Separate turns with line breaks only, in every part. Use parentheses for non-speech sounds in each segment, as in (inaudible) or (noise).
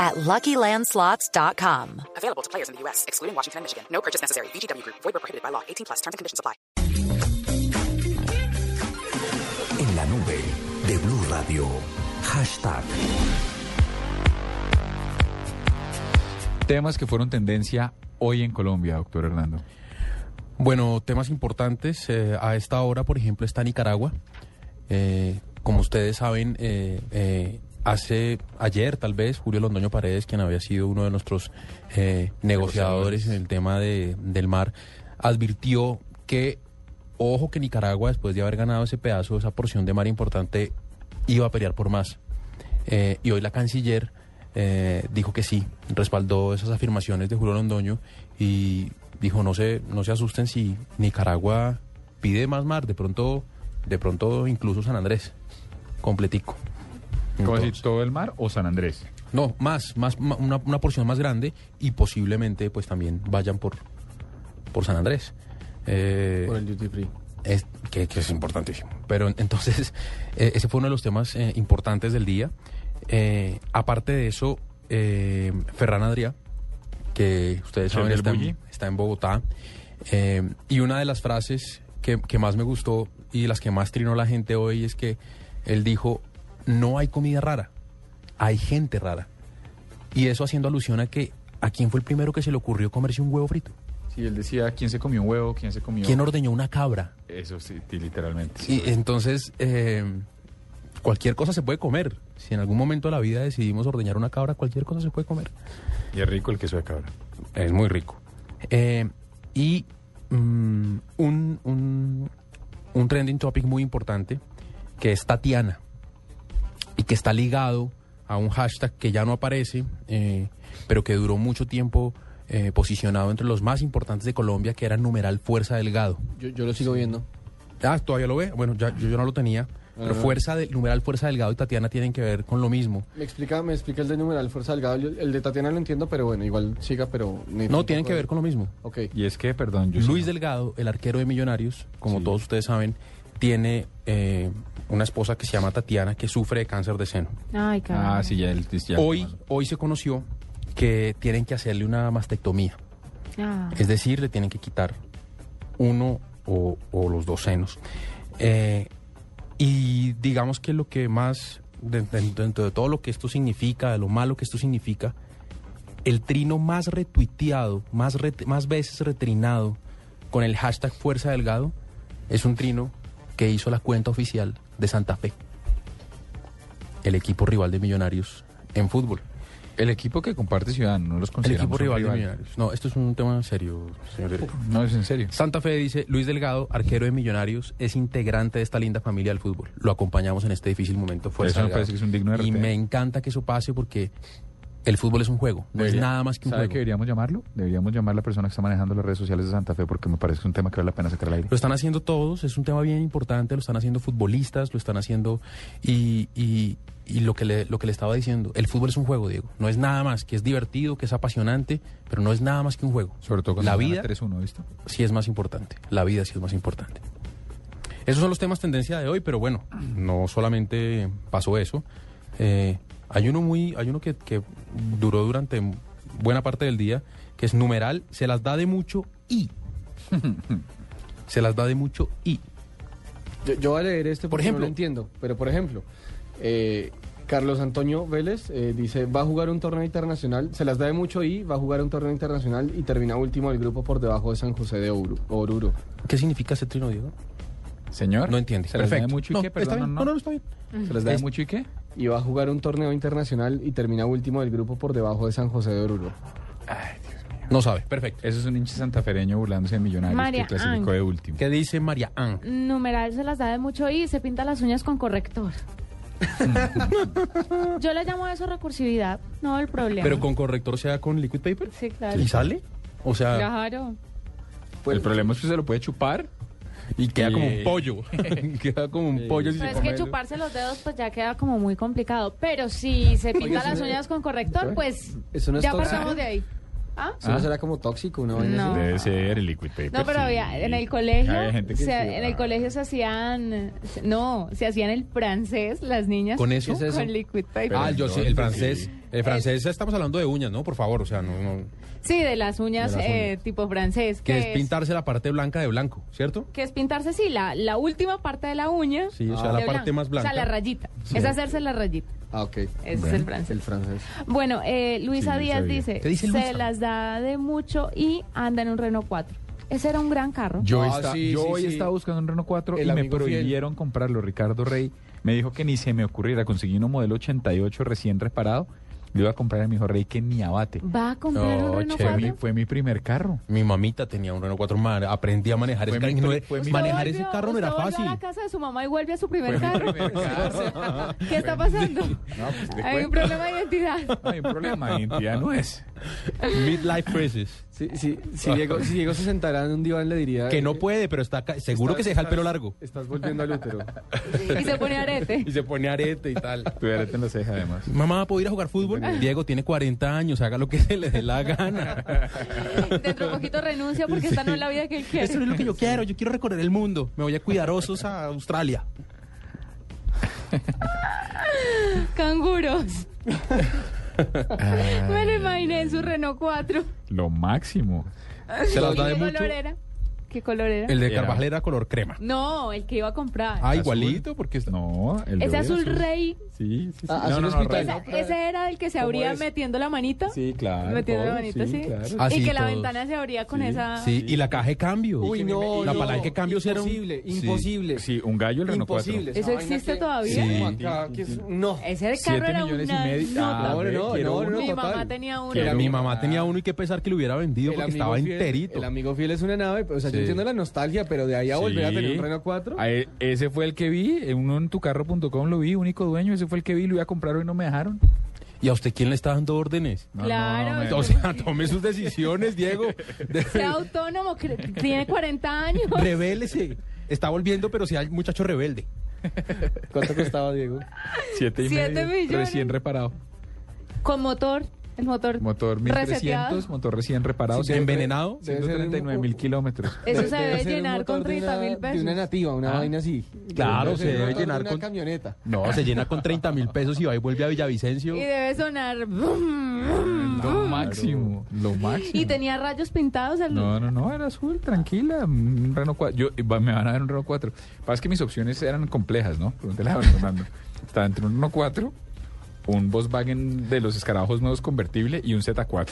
at LuckyLandSlots.com.
Available to players in the U.S., excluding Washington and Michigan. No purchase necessary. VGW Group. Void where prohibited by law. 18 plus. Terms and conditions apply.
En la nube de Blue Radio. Hashtag.
Temas que fueron tendencia hoy en Colombia, doctor Hernando.
Bueno, temas importantes. eh, a esta hora, por ejemplo, está Nicaragua. Eh, como ustedes saben, eh, eh, hace ayer tal vez Julio Londoño Paredes, quien había sido uno de nuestros eh, negociadores en el tema de- del mar, advirtió que, ojo que Nicaragua, después de haber ganado ese pedazo, esa porción de mar importante, iba a pelear por más. Eh, y hoy la canciller eh, dijo que sí, respaldó esas afirmaciones de Julio Londoño y dijo no se, no se asusten si Nicaragua pide más mar, de pronto, de pronto incluso San Andrés, completico.
¿Cómo
Entonces-
decir todo el mar o San Andrés?
no, más, más, ma- una, una porción más grande y posiblemente pues también vayan por, por San Andrés. Eh,
Por el duty free.
es, que, que es importantísimo. Pero (laughs) en- entonces, eh, ese fue uno de los temas eh, importantes del día. Eh, aparte de eso, eh, Ferran Adrià, que ustedes
Chef
saben,
del
está
Bulli.
en, está en Bogotá. eh, y una de las frases que, que más me gustó y de las que más trinó la gente hoy es que él dijo, no hay comida rara, hay gente rara. Y eso haciendo alusión a que a quién fue el primero que se le ocurrió comerse un huevo frito.
Sí, él decía quién se comió un huevo, quién se comió...
¿Quién ordeñó una cabra?
Eso sí, sí, literalmente.
Y entonces, eh, cualquier cosa se puede comer. Si en algún momento de la vida decidimos ordeñar una cabra, cualquier cosa se puede comer.
Y es rico el queso de cabra.
Es muy rico. Eh, y mm, un, un, un trending topic muy importante, que es Tatiana, y que está ligado a un hashtag que ya no aparece, eh, pero que duró mucho tiempo eh, posicionado entre los más importantes de Colombia, que era numeral Fuerza Delgado.
Yo, yo lo sigo viendo.
Ah, todavía lo ve. Bueno, ya, yo, yo no lo tenía. Pero fuerza del numeral fuerza delgado y Tatiana tienen que ver con lo mismo.
Me explica, me explica el de numeral Fuerza Delgado. Yo- El de Tatiana lo entiendo, pero bueno, igual siga, pero...
No, tienen que ver con lo mismo.
Ok.
Y es que, perdón, yo... sí
Luis
no-
Delgado, el arquero de Millonarios, como
Sí.
todos ustedes saben, tiene eh, una esposa que se llama Tatiana que sufre de cáncer de seno.
Ay,
Ah,
caramba.
sí, ya él... ya-
Hoy, hoy se conoció que tienen que hacerle una mastectomía.
Ah.
Es decir, le tienen que quitar uno o, o los dos senos. Eh, y digamos que lo que más, de- de- dentro de todo lo que esto significa, de lo malo que esto significa, el trino más retuiteado, más, ret- más veces retrinado con el hashtag Fuerza Delgado, es un trino que hizo la cuenta oficial de Santa Fe, el equipo rival de Millonarios en fútbol.
El equipo que comparte Ciudadano, no los
El
consideramos
equipo
un
rival de
rival.
Millonarios. No, esto es un tema serio, señor director.
No, es en serio.
Santa Fe dice, Luis Delgado, arquero de Millonarios, es integrante de esta linda familia del fútbol. Lo acompañamos en este difícil momento. Fuerza
Eso me
Delgado".
parece que es un digno
Y
RT.
me encanta que eso pase porque el fútbol es un juego, no es
Debería-
nada más que un
¿sabe
juego.
qué deberíamos llamarlo? Deberíamos llamar a la persona que está manejando las redes sociales de Santa Fe porque me parece que es un tema que vale la pena sacar al aire.
Lo están haciendo todos, es un tema bien importante, lo están haciendo futbolistas, lo están haciendo y, y- y lo, que le, lo que le estaba diciendo, el fútbol es un juego, Diego, no es nada más, que es divertido, que es apasionante, pero no es nada más que un juego.
Sobre todo con
la vida
3-1, ¿viste?
sí es más importante. La vida sí es más importante. Esos son los temas tendencia de hoy, pero bueno, no solamente pasó eso. Eh, hay uno muy, hay uno que, que duró durante buena parte del día, que es numeral, se las da de mucho
(laughs)
y. se las da de mucho y.
Yo, yo voy a leer este porque
Por
por
ejemplo.
ejemplo. no lo entiendo. Pero, por ejemplo, eh, Carlos Antonio Vélez eh, dice, va a jugar un torneo internacional, se las da de mucho y va a jugar un torneo internacional y termina último del grupo por debajo de San José de Ouru- Oruro.
¿Qué significa ese trino, Diego?
Señor.
No entiende.
¿Se les da de
Perfecto.
mucho y
No,
qué?
está
Perdón,
bien.
no,
No, no,
está bien. ¿Se les da de mucho y qué?
Y va a jugar un torneo internacional y termina último del grupo por debajo de San José de Oruro.
No sabe, perfecto.
Eso es un hinche santafereño burlándose de Millonarios
María
que clasificó
Ang.
de último.
¿Qué dice María Ang?
Numeral se las da de mucho y se pinta las uñas con corrector. Yo le llamo a eso recursividad, no el problema.
Pero con corrector sea con liquid paper.
Sí, claro.
¿Y sale? O sea,
Claro.
puede.
El problema es que se lo puede chupar
Y queda como un pollo.
queda como un pollo. Si
Pero
se
es que
come el-
chuparse los dedos pues ya queda como muy complicado. Pero si se pinta
eso
las
no-
uñas con corrector, pues
eso no es
ya
tóxico.
partamos de ahí. ¿Ah?
Eso no será como tóxico, una vaina
No.
así.
Debe ser el liquid paper.
No, pero
sí.
había- en el colegio,
Había gente que
se-
sí,
en el
ah.
colegio se hacían, se- no, se hacían el francés las niñas
¿Con eso? ¿Qué es
eso?
con liquid paper.
Ah, yo sí,
entonces,
el francés.
sí.
El francés, estamos hablando de uñas, ¿no? Por favor, o sea, no. no
sí, de las uñas,
De las
eh,
uñas.
tipo francés.
que es
que
pintarse la parte blanca de blanco, ¿cierto?
que es pintarse, sí, la, la última parte de la uña.
Sí, o sea,
de
la
blanco.
parte más blanca.
O sea, la rayita. Es hacerse la rayita.
Ah, ok.
Ese es el francés.
El francés.
Bueno, eh, Luisa
Sí,
Díaz
sabía.
dice,
¿Qué dice
se
Luisa?
las da de mucho y anda en un Renault 4. Ese era un gran carro.
Yo,
Ah,
esta-
sí,
yo
sí,
hoy
sí.
estaba buscando un Renault 4
El
y me
amigo fiel.
prohibieron comprarlo. Ricardo Rey me dijo que ni se me ocurriera. Conseguí un modelo 88 recién reparado. Lo iba a comprar y me dijo Rey que ni abate.
¿Va a comprar
No,
un Renault
Fue mi,
4?
fue mi primer carro.
Mi mamita tenía un Renault 4 mar, aprendí a manejar
Fue
ese carro.
mi
y no
pri-
era-
fue mi-
manejar
Usted
ese
volvió-
carro no era
usted volvió
fácil.
a la casa de su mamá y vuelve a su primer carro. (laughs) ¿Qué está
No,
pasando?
pues, te
Hay
cuento.
un problema de
(laughs)
identidad.
No hay un problema, identidad no es.
Midlife crisis.
Sí, sí,
(laughs)
si, Diego, si Diego se sentara en un diván, le diría.
Que no
eh,
puede, pero está ca- seguro
estás-
que se deja el pelo
estás-
largo.
Estás volviendo al útero.
Y se pone arete.
Y se pone arete y tal.
Tu arete en la ceja, además.
Mamá, ¿puedo ir a jugar fútbol? Diego tiene 40 años, haga lo que se le dé la gana.
Dentro de poquito renuncia porque esta no es la vida que él
Eso no
quiere.
es lo que yo quiero, yo quiero recorrer el mundo. Me voy a cuidarosos a Australia.
(laughs) Canguros.
Ah.
Me lo imaginé en su Renault 4.
Lo máximo.
Se las da de
¿Qué
mucho.
color era? ¿Qué color era?
El de
Era-
Carvajal era color crema.
No, el que iba a comprar.
Ah, igualito, porque está-
No, el de
Ese
hoy
azul rey,
Sí, sí, sí. no,
Ah, azul
no, no,
hospital.
Rey.
esa- ese era el que se
¿Cómo
abría
es?
metiendo la manita.
Sí, claro.
metiendo la
obvio,
manita
sí,
así.
claro.
Ah,
y
sí,
que la
todos.
ventana se abría con esa.
Sí, Ah. y la caja de cambio.
Uy, no.
La
no.
palanca de cambios era un-
Imposible,
Sí.
imposible.
Sí, un gallo el Renault 4.
Imposible, esa
¿Eso
vaina
existe
que-
todavía?
Sí.
Acá, que es- No.
Ese carro
Siete
era
millones
una
y medio.
nota.
Ah,
No,
ve,
no,
quiero
no,
uno.
no.
Mi
total.
mamá tenía uno.
Pero
Quiero
mi
uno.
mamá tenía uno y qué pesar que lo hubiera vendido
Ah. El
porque
amigo
estaba
fiel-
enterito.
El amigo fiel es una nave, o sea,
Sí.
yo entiendo la nostalgia, pero de ahí a volver a
Sí.
tener un Renault 4.
Ah, e- ese fue el que vi, en uno en tucarro.com lo vi, único dueño, ese fue el que vi, lo iba a comprar hoy no me dejaron.
¿Y a usted quién le está dando órdenes?
No,
Claro,
no, no,
O
me-
(laughs)
sea, tome sus decisiones, Diego. (laughs)
Sea autónomo, cre- tiene 40 años.
Rebélese. Está volviendo, pero si hay muchacho rebelde.
¿Cuánto costaba, Diego?
siete y
siete
medio,
millones.
recién reparado.
Con motor. El motor.
Motor 1300,
reseteado.
motor recién reparado,
Sí, envenenado.
Debe ser un-
139 mil kilómetros.
Eso
Debe
se
ser
debe
un
llenar
motor
con
de
30
una-
mil
De una
pesos.
nativa, una
Ah.
vaina así.
Claro, se
ser un
debe
motor de
llenar
una
con-
camioneta.
No, se llena con 30 mil pesos y va y vuelve a Villavicencio.
Y debe sonar. brum, brum,
Lo
brum.
máximo, lo máximo.
Y tenía rayos pintados. El...
No, no, no, era azul, tranquila, un Renault 4. Yo, va- me van a dar un Renault 4. Pasa que mis opciones eran complejas, ¿no? Pregúntale a don Fernando. Estaba entre un Renault 4, un Volkswagen de los escarabajos nuevos convertible y un Z4.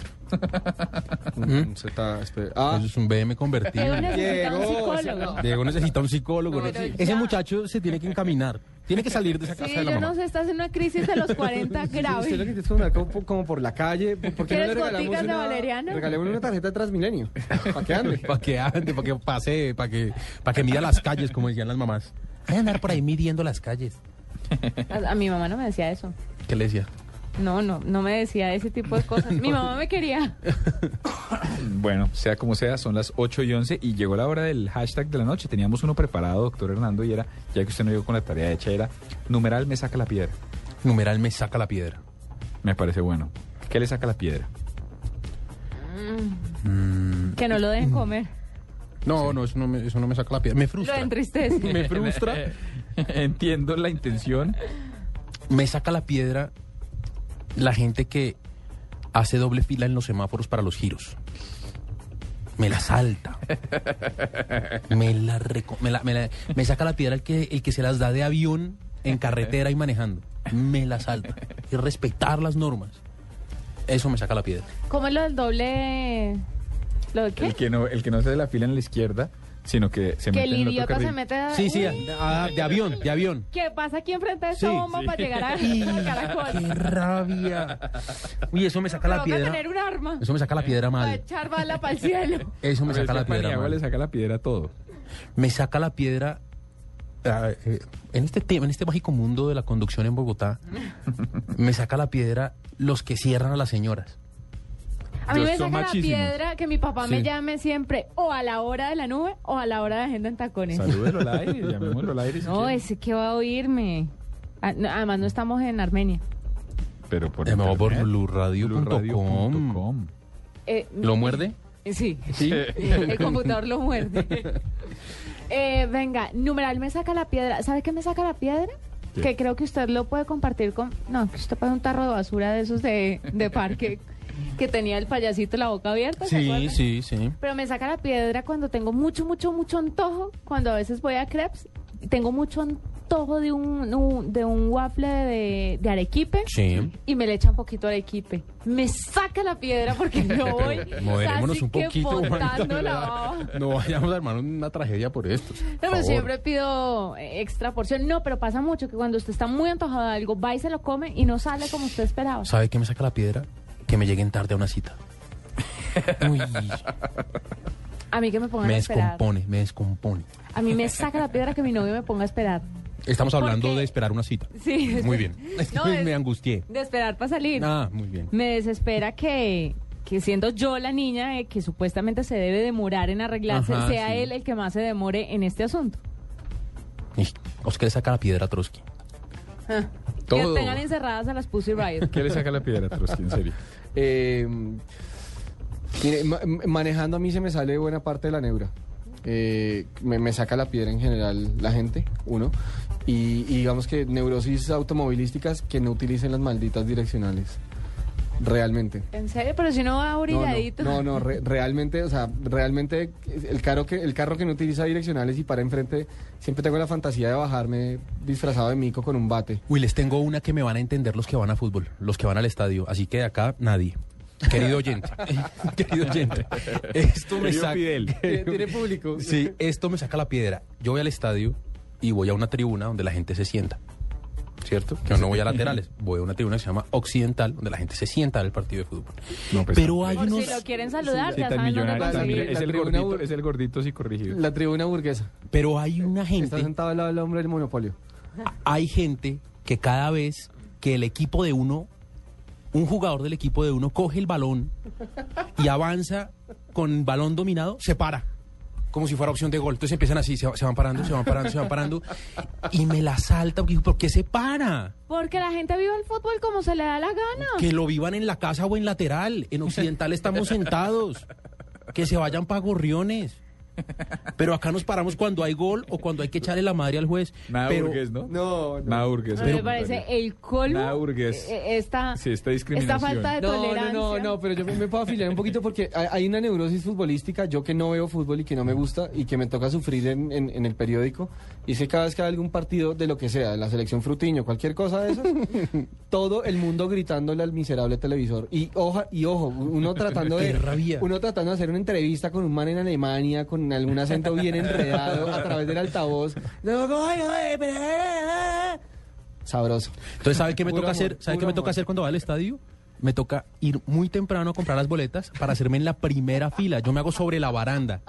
Mm, se está- espera. Ah,
Eso es un BM
Eva
convertible.
necesita un
Diego,
psicólogo.
Diego necesita un psicólogo.
No,
¿no?
pero
Ese
ya.
muchacho se tiene que encaminar. Tiene que salir de esa casa
Sí,
de la
yo
mamá. (laughs)
no sé, estás en una crisis de los 40
Usted lo que
grave.
tiene es como, andar como- como por la calle. ¿Por por qué no le
¿Quieres
regalamos
goticas de
una,
valeriana?
regalémosle una tarjeta de Transmilenio? ¿Para
(laughs)
qué ande?
Pues, Para que ande, para que pase, para que, para que mida las calles, como decían las mamás. Hay andar por ahí midiendo las calles.
A, a mi mamá no me decía eso.
¿Qué le decía?
No, no, no me decía ese tipo de cosas. Mi mamá me quería.
Bueno, sea como sea, son las 8 y 11 y llegó la hora del hashtag de la noche. Teníamos uno preparado, doctor Hernando, y era, ya que usted no llegó con la tarea hecha, era numeral me saca la piedra.
Numeral me saca la piedra.
Me parece bueno. ¿Qué le saca la piedra? (laughs)
Que no lo dejen comer.
No, no, eso no, me, eso no me saca la piedra. Me
Lo
frustra.
entristece.
Me frustra.
Entiendo la intención.
Me saca la piedra la gente que hace doble fila en los semáforos para los giros. Me la salta. Me la, reco- me la- me la- me saca la piedra el que, el que se las da de avión en carretera y manejando. Me la salta. Y respetar las normas. Eso me saca la piedra.
¿Cómo es lo del doble? ¿Lo de qué?
El que no, el que no se la fila en la izquierda, sino que se
Que
mete en
el
el otro
idiota
carril.
se mete a...
Sí, sí,
Uy,
a- a- de avión, de avión.
¿Qué pasa aquí enfrente de esta
Sí,
bomba
sí.
para llegar a,
Y-
al
¡Qué
caracol?
rabia! Uy, eso me saca
Pero
la
va a
piedra.
tener un arma
Eso me saca la piedra
para
mal.
echar bala para el cielo.
Eso me
Pero es
saca la
que
piedra
Paniagua le
mal.
saca la piedra a todo.
Me saca la piedra. ah, eh, En este tema, en este mágico mundo de la conducción (laughs) en Bogotá, me saca la piedra los que cierran a las señoras.
A mí
Yo
me
soy
saca la
machísimo.
piedra que mi papá
Sí.
me llame siempre o a la hora de la nube o a la hora de agenda en tacones.
Salúdelo al aire, llamémoslo al aire. si
(laughs) No,
quiere.
ese que va a oírme. Ah, no, Además, no estamos en Armenia.
Pero por,
Eh, no, por
internet,
blurradio.com.
blurradio.com.
Eh,
¿Lo muerde?
Sí, (laughs) el computador lo muerde. Eh, venga, numeral me saca la piedra. ¿Sabe qué me saca la piedra?
¿Qué?
Que creo que usted lo puede compartir con... No, que usted puede un tarro de basura de esos de, de parque que tenía el payasito la boca abierta. ¿se acuerda?
Sí, sí, sí.
Pero me saca la piedra cuando tengo mucho, mucho, mucho antojo. Cuando a veces voy a crepes, tengo mucho antojo de un, un- de un waffle de, de arequipe.
Sí.
Y me le echa un poquito arequipe. Me saca la piedra
(laughs)
porque yo voy
Moderémonos
casi
un poquito.
que
Juanita, (laughs)
botando la baba.
¿verdad? No vayamos a armar una tragedia por esto.
No,
Por
pero pues,
favor.
siempre pido eh, extra porción. No, pero pasa mucho que cuando usted está muy antojado de algo, va y se lo come y no sale como usted esperaba.
¿Sabe qué me saca la piedra? Que me lleguen tarde a una
(laughs)
cita. Uy,
A mí que me pongan
me
a esperar.
descompone, me descompone.
A mí me saca la piedra que mi novio me ponga a esperar.
Estamos hablando
qué?
de esperar una cita.
(laughs)
Sí.
Muy (laughs) bien. Es que
(laughs) No,
me,
es-
angustié.
De esperar para salir.
Ah, muy bien.
Me desespera que, que siendo yo la niña eh, que supuestamente se debe demorar en arreglarse,
Ajá,
sea
sí.
él el que más se demore en este asunto.
Y- ¿Os que le saca la piedra a Trotsky?
Todo.
Que tengan encerradas a las Pussy Riot.
¿Qué le saca la piedra a Trotsky, en serio?
Eh, mire, ma- m- manejando a mí se me sale buena parte de la neura. Eh, me, me saca la piedra en general la gente, uno. Y, y digamos que neurosis automovilísticas que no utilicen las malditas direccionales. Realmente.
(laughs) ¿En serio? Pero si no va
No, no,
orilladito.
no, no, re- realmente, o sea, realmente el carro, que, el carro que no utiliza direccionales y para enfrente, siempre tengo la fantasía de bajarme disfrazado de mico con un bate.
Uy, les tengo una que me van a entender los que van a fútbol, los que van al estadio. Así que de acá, nadie. Querido oyente, (laughs) querido oyente, esto me
Querido
saca...
Fidel.
Tiene- (laughs) tiene público.
Sí, esto me saca la piedra. Yo voy al estadio y voy a una tribuna donde la gente se sienta. ¿Cierto? Yo no voy a laterales, voy a una tribuna que se llama Occidental, donde la gente se sienta en el partido de fútbol.
No, pues,
Pero hay
Por
unos...
si lo quieren saludar,
Sí,
ya
tan
saben dónde
millonario, tan
conseguir.
millonario.
conseguirlo.
es el
La tribuna
gordito,
bur-
es el gordito sí corrigido.
La tribuna burguesa.
Pero hay una
Está
gente,
sentado al lado del hombre del monopolio.
hay gente que cada vez que el equipo de uno, un jugador del equipo de uno coge el balón y avanza con balón dominado, se para. Como si fuera opción de gol. Entonces empiezan así, se, va- se van parando, se van parando, se van parando. Y me la salta porque digo, ¿por qué se para?
Porque la gente vive el fútbol como se le da la gana.
Que lo vivan en la casa o en lateral. En Occidental estamos sentados. Que se vayan para gorriones. Pero acá nos paramos cuando hay gol o cuando hay que echarle la madre al juez.
Nada
pero,
burgués, ¿no?
No, no.
Nada burgués.
A mí me parece el colmo.
Nada burgués.
eh, Esta,
Sí, esta discriminación.
Esta falta de
No,
tolerancia.
No, no, no, pero yo me, me puedo afiliar un poquito porque hay, hay una neurosis futbolística, yo que no veo fútbol y que no me gusta y que me toca sufrir en, en- en el periódico, y es que cada vez que hay algún partido de lo que sea, de la selección frutiño, cualquier cosa de
(laughs)
esas, todo el mundo gritándole al miserable televisor. Y oja, y ojo, uno tratando de
Qué rabia.
uno tratando de hacer una entrevista con un man en Alemania con algún acento bien enredado a través del altavoz.
(laughs)
Sabroso.
Entonces, ¿sabe qué me
Puro
toca
amor,
hacer? ¿Sabe
puro
qué me
amor.
toca hacer cuando va al estadio? Me toca ir muy temprano a comprar las boletas para hacerme en la primera fila. Yo me hago sobre la baranda.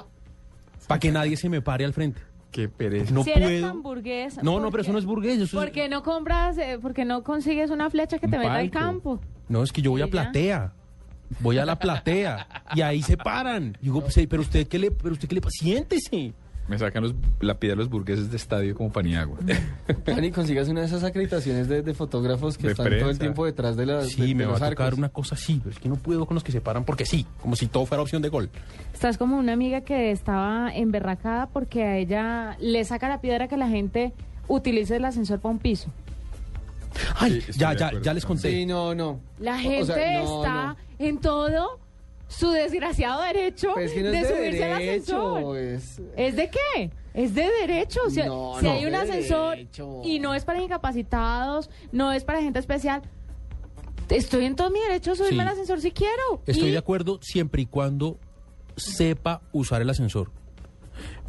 Para que nadie se me pare al frente.
Qué pereza.
No
si eres
puedo.
tan burgués.
No, no,
¿por
pero eso
qué?
no es burgués. Eso es-
¿Por qué no compras, eh, por qué no consigues una flecha que
Un
te meta al
palco.
campo?
No, es que yo voy a
Y ya.
platea. Voy a la platea. Y ahí se paran. Y digo, pues, pero usted qué le, pero usted qué le pasa? Siéntese.
Me sacan los, la piedra los burgueses de estadio como paniagua.
Dani, consigas una de esas acreditaciones de, de fotógrafos que
De
están todo el
prensa.
tiempo detrás de, las
Sí,
de-
me
de
va
los
a tocar
arcos.
una cosa así, pero es que no puedo con los que se paran porque sí, como si todo fuera opción de gol.
Estás como una amiga que estaba emberracada porque a ella le saca la piedra que la gente utilice el ascensor para un piso.
Ay,
estoy
ya,
de
ya,
acuerdo
ya les conté.
Sí, no, no.
La
O- o
gente
sea, no,
está
no.
en todo su desgraciado derecho
Pero Pues es que no
de
es de
subirse al
derecho,
ascensor.
es-
¿Es de qué? Es de derecho. Si,
No,
si
no,
hay un
de
ascensor
derecho.
y no es para incapacitados, no es para gente especial, estoy en todo mi derecho de subirme
Sí.
al ascensor si quiero.
Estoy
Y-
de acuerdo siempre y cuando sepa usar el ascensor.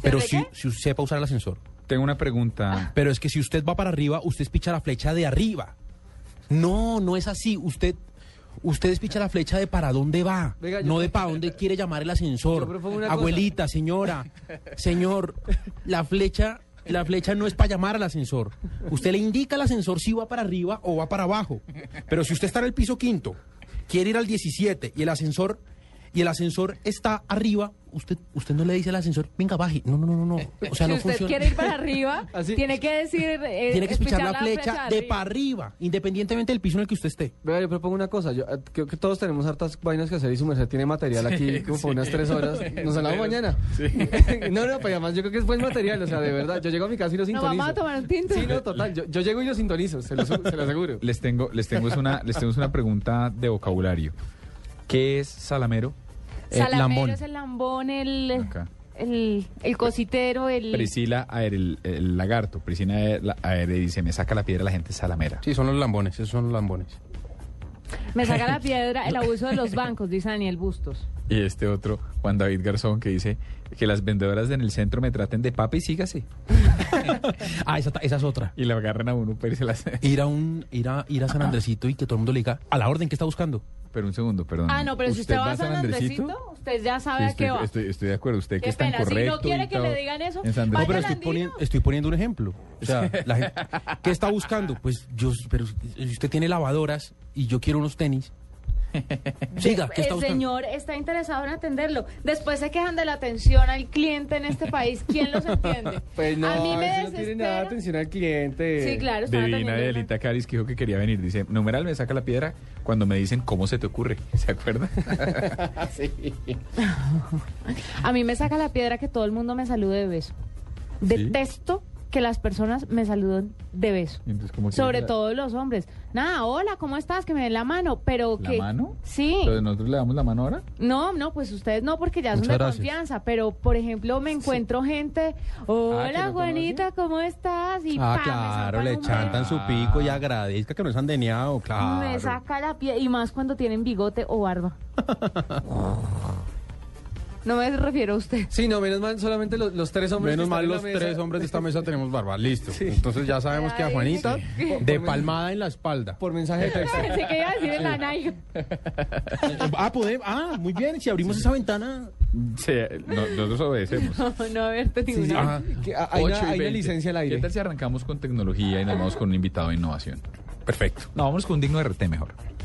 Pero si,
qué?
si sepa usar el ascensor.
(laughs) Tengo una pregunta.
Pero es que si usted va para arriba, usted es picha la flecha de arriba. No, no es así. Usted, usted es picha la flecha de para dónde va,
Venga, yo-
no de para dónde quiere llamar el ascensor.
Yo propongo una
Abuelita, señora, señor, la flecha, la flecha no es para llamar al ascensor. Usted le indica al ascensor si va para arriba o va para abajo. Pero si usted está en el piso quinto, quiere ir al 17 y el ascensor
y el ascensor está arriba, usted, usted no le dice al ascensor, venga, baje. No, no, no, no,
(laughs)
no. O sea,
si
no
usted
funciona.
quiere ir para arriba,
Así-
tiene que decir. eh,
Tiene que espichar la flecha, de
arriba.
para arriba, independientemente del piso en el que usted esté.
Vea, yo propongo una cosa. Yo eh, creo que todos tenemos hartas vainas que hacer y su merced tiene material aquí como por unas tres
(laughs)
horas. Nos hablamos mañana. (laughs) no, no, pero además yo creo que es buen material. O sea, de verdad. Yo llego a mi casa y lo
No,
sintonizo.
vamos a tomar un tinto.
Sí, no, total. Yo, yo llego y lo sintonizo, se lo, su- se lo aseguro.
Les tengo, les tengo es una, les tengo es una pregunta de vocabulario. ¿Qué es salamero?
Eh,
Salamero
lambón.
es el lambón, el,
Acá.
el, el cositero, el.
Priscila, a ver, el, el lagarto. Priscila, a ver, dice, me saca la piedra la gente es salamera.
Sí, son los lambones, esos son los lambones.
Me saca la piedra, el abuso de los bancos, dice Daniel Bustos.
Y este otro, Juan David Garzón, que dice que las vendedoras en el centro me traten de papa y sígase.
Ah, esa, ta- esa es otra.
Y la agarran a uno, pero se las... (laughs)
Ir a un, ir a, ir a San Andresito y que todo el mundo le diga, a la orden que está buscando.
Pero un segundo, perdón.
Ah, no, pero si usted va a San
Andresito?
Andresito, usted ya
Sí,
sabe a
estoy,
qué va.
estoy- estoy de acuerdo. Usted que
Qué
es tan
pena, si no
correcto.
quiere
y
que le
todo.
digan eso,
En San
vaya
No,
Andrés-
pero
al
estoy,
andino.
poni- estoy poniendo un ejemplo. O sea, la
(laughs)
gente, ¿qué está buscando? Pues yo, pero si usted tiene lavadoras y yo quiero unos
(laughs)
tenis. Siga, ¿qué está
El
buscando?
señor está interesado en atenderlo. Después se quejan de la atención al cliente en este país. ¿Quién los entiende?
(laughs) Pues no,
a mí me
eso no tiene nada de
desespera.
atención al cliente.
Sí, claro, están
Divina
atendiendo
de
a
Elita Caris que dijo que quería venir. Dice, numeral me saca la piedra cuando me dicen cómo se te ocurre. (laughs) ¿Se
(laughs)
acuerda?
sí.
una- A mí me saca la piedra que todo el mundo me salude de beso. Detesto que las personas me saluden de beso.
Entonces, ¿cómo que-
Sobre
la-
todo los hombres. Nada, hola, ¿cómo estás? Que me den la mano, pero
¿La
que...
mano?
Sí.
Entonces, ¿Nosotros le damos la mano ahora?
No, no, pues ustedes no, porque ya son
Muchas
de
gracias.
confianza, pero por ejemplo me encuentro gente, hola
lo
Juanita, ¿cómo estás? Y
Ah,
pa, me
claro,
sacan
le
un beso.
chantan su pico y agradezca que no se han deneado,
Me
claro.
saca la piel, y más cuando tienen bigote o
(laughs)
barba. no me refiero a usted.
Sí, no, menos mal solamente los, los tres hombres.
Menos
que están
mal
en la
los
mesa.
tres hombres de esta mesa tenemos barba, listo. Entonces ya sabemos que a
Ay,
Juanita, de palmada en la espalda.
Por mensaje de (laughs) texto.
(laughs) Pensé que iba a decir en la nalga.
Ah, podemos, ah, muy bien, si abrimos esa ventana.
Sí, eh, no- nosotros obedecemos.
(laughs) No, no haberte
Sí, sí.
ninguna.
Ajá.
Que a- (laughs) hay,
8
una,
y
hay una
20.
licencia al aire.
¿Qué tal si arrancamos con tecnología y nos vamos con un invitado de innovación?
Perfecto.
No, vamos con un digno RT mejor.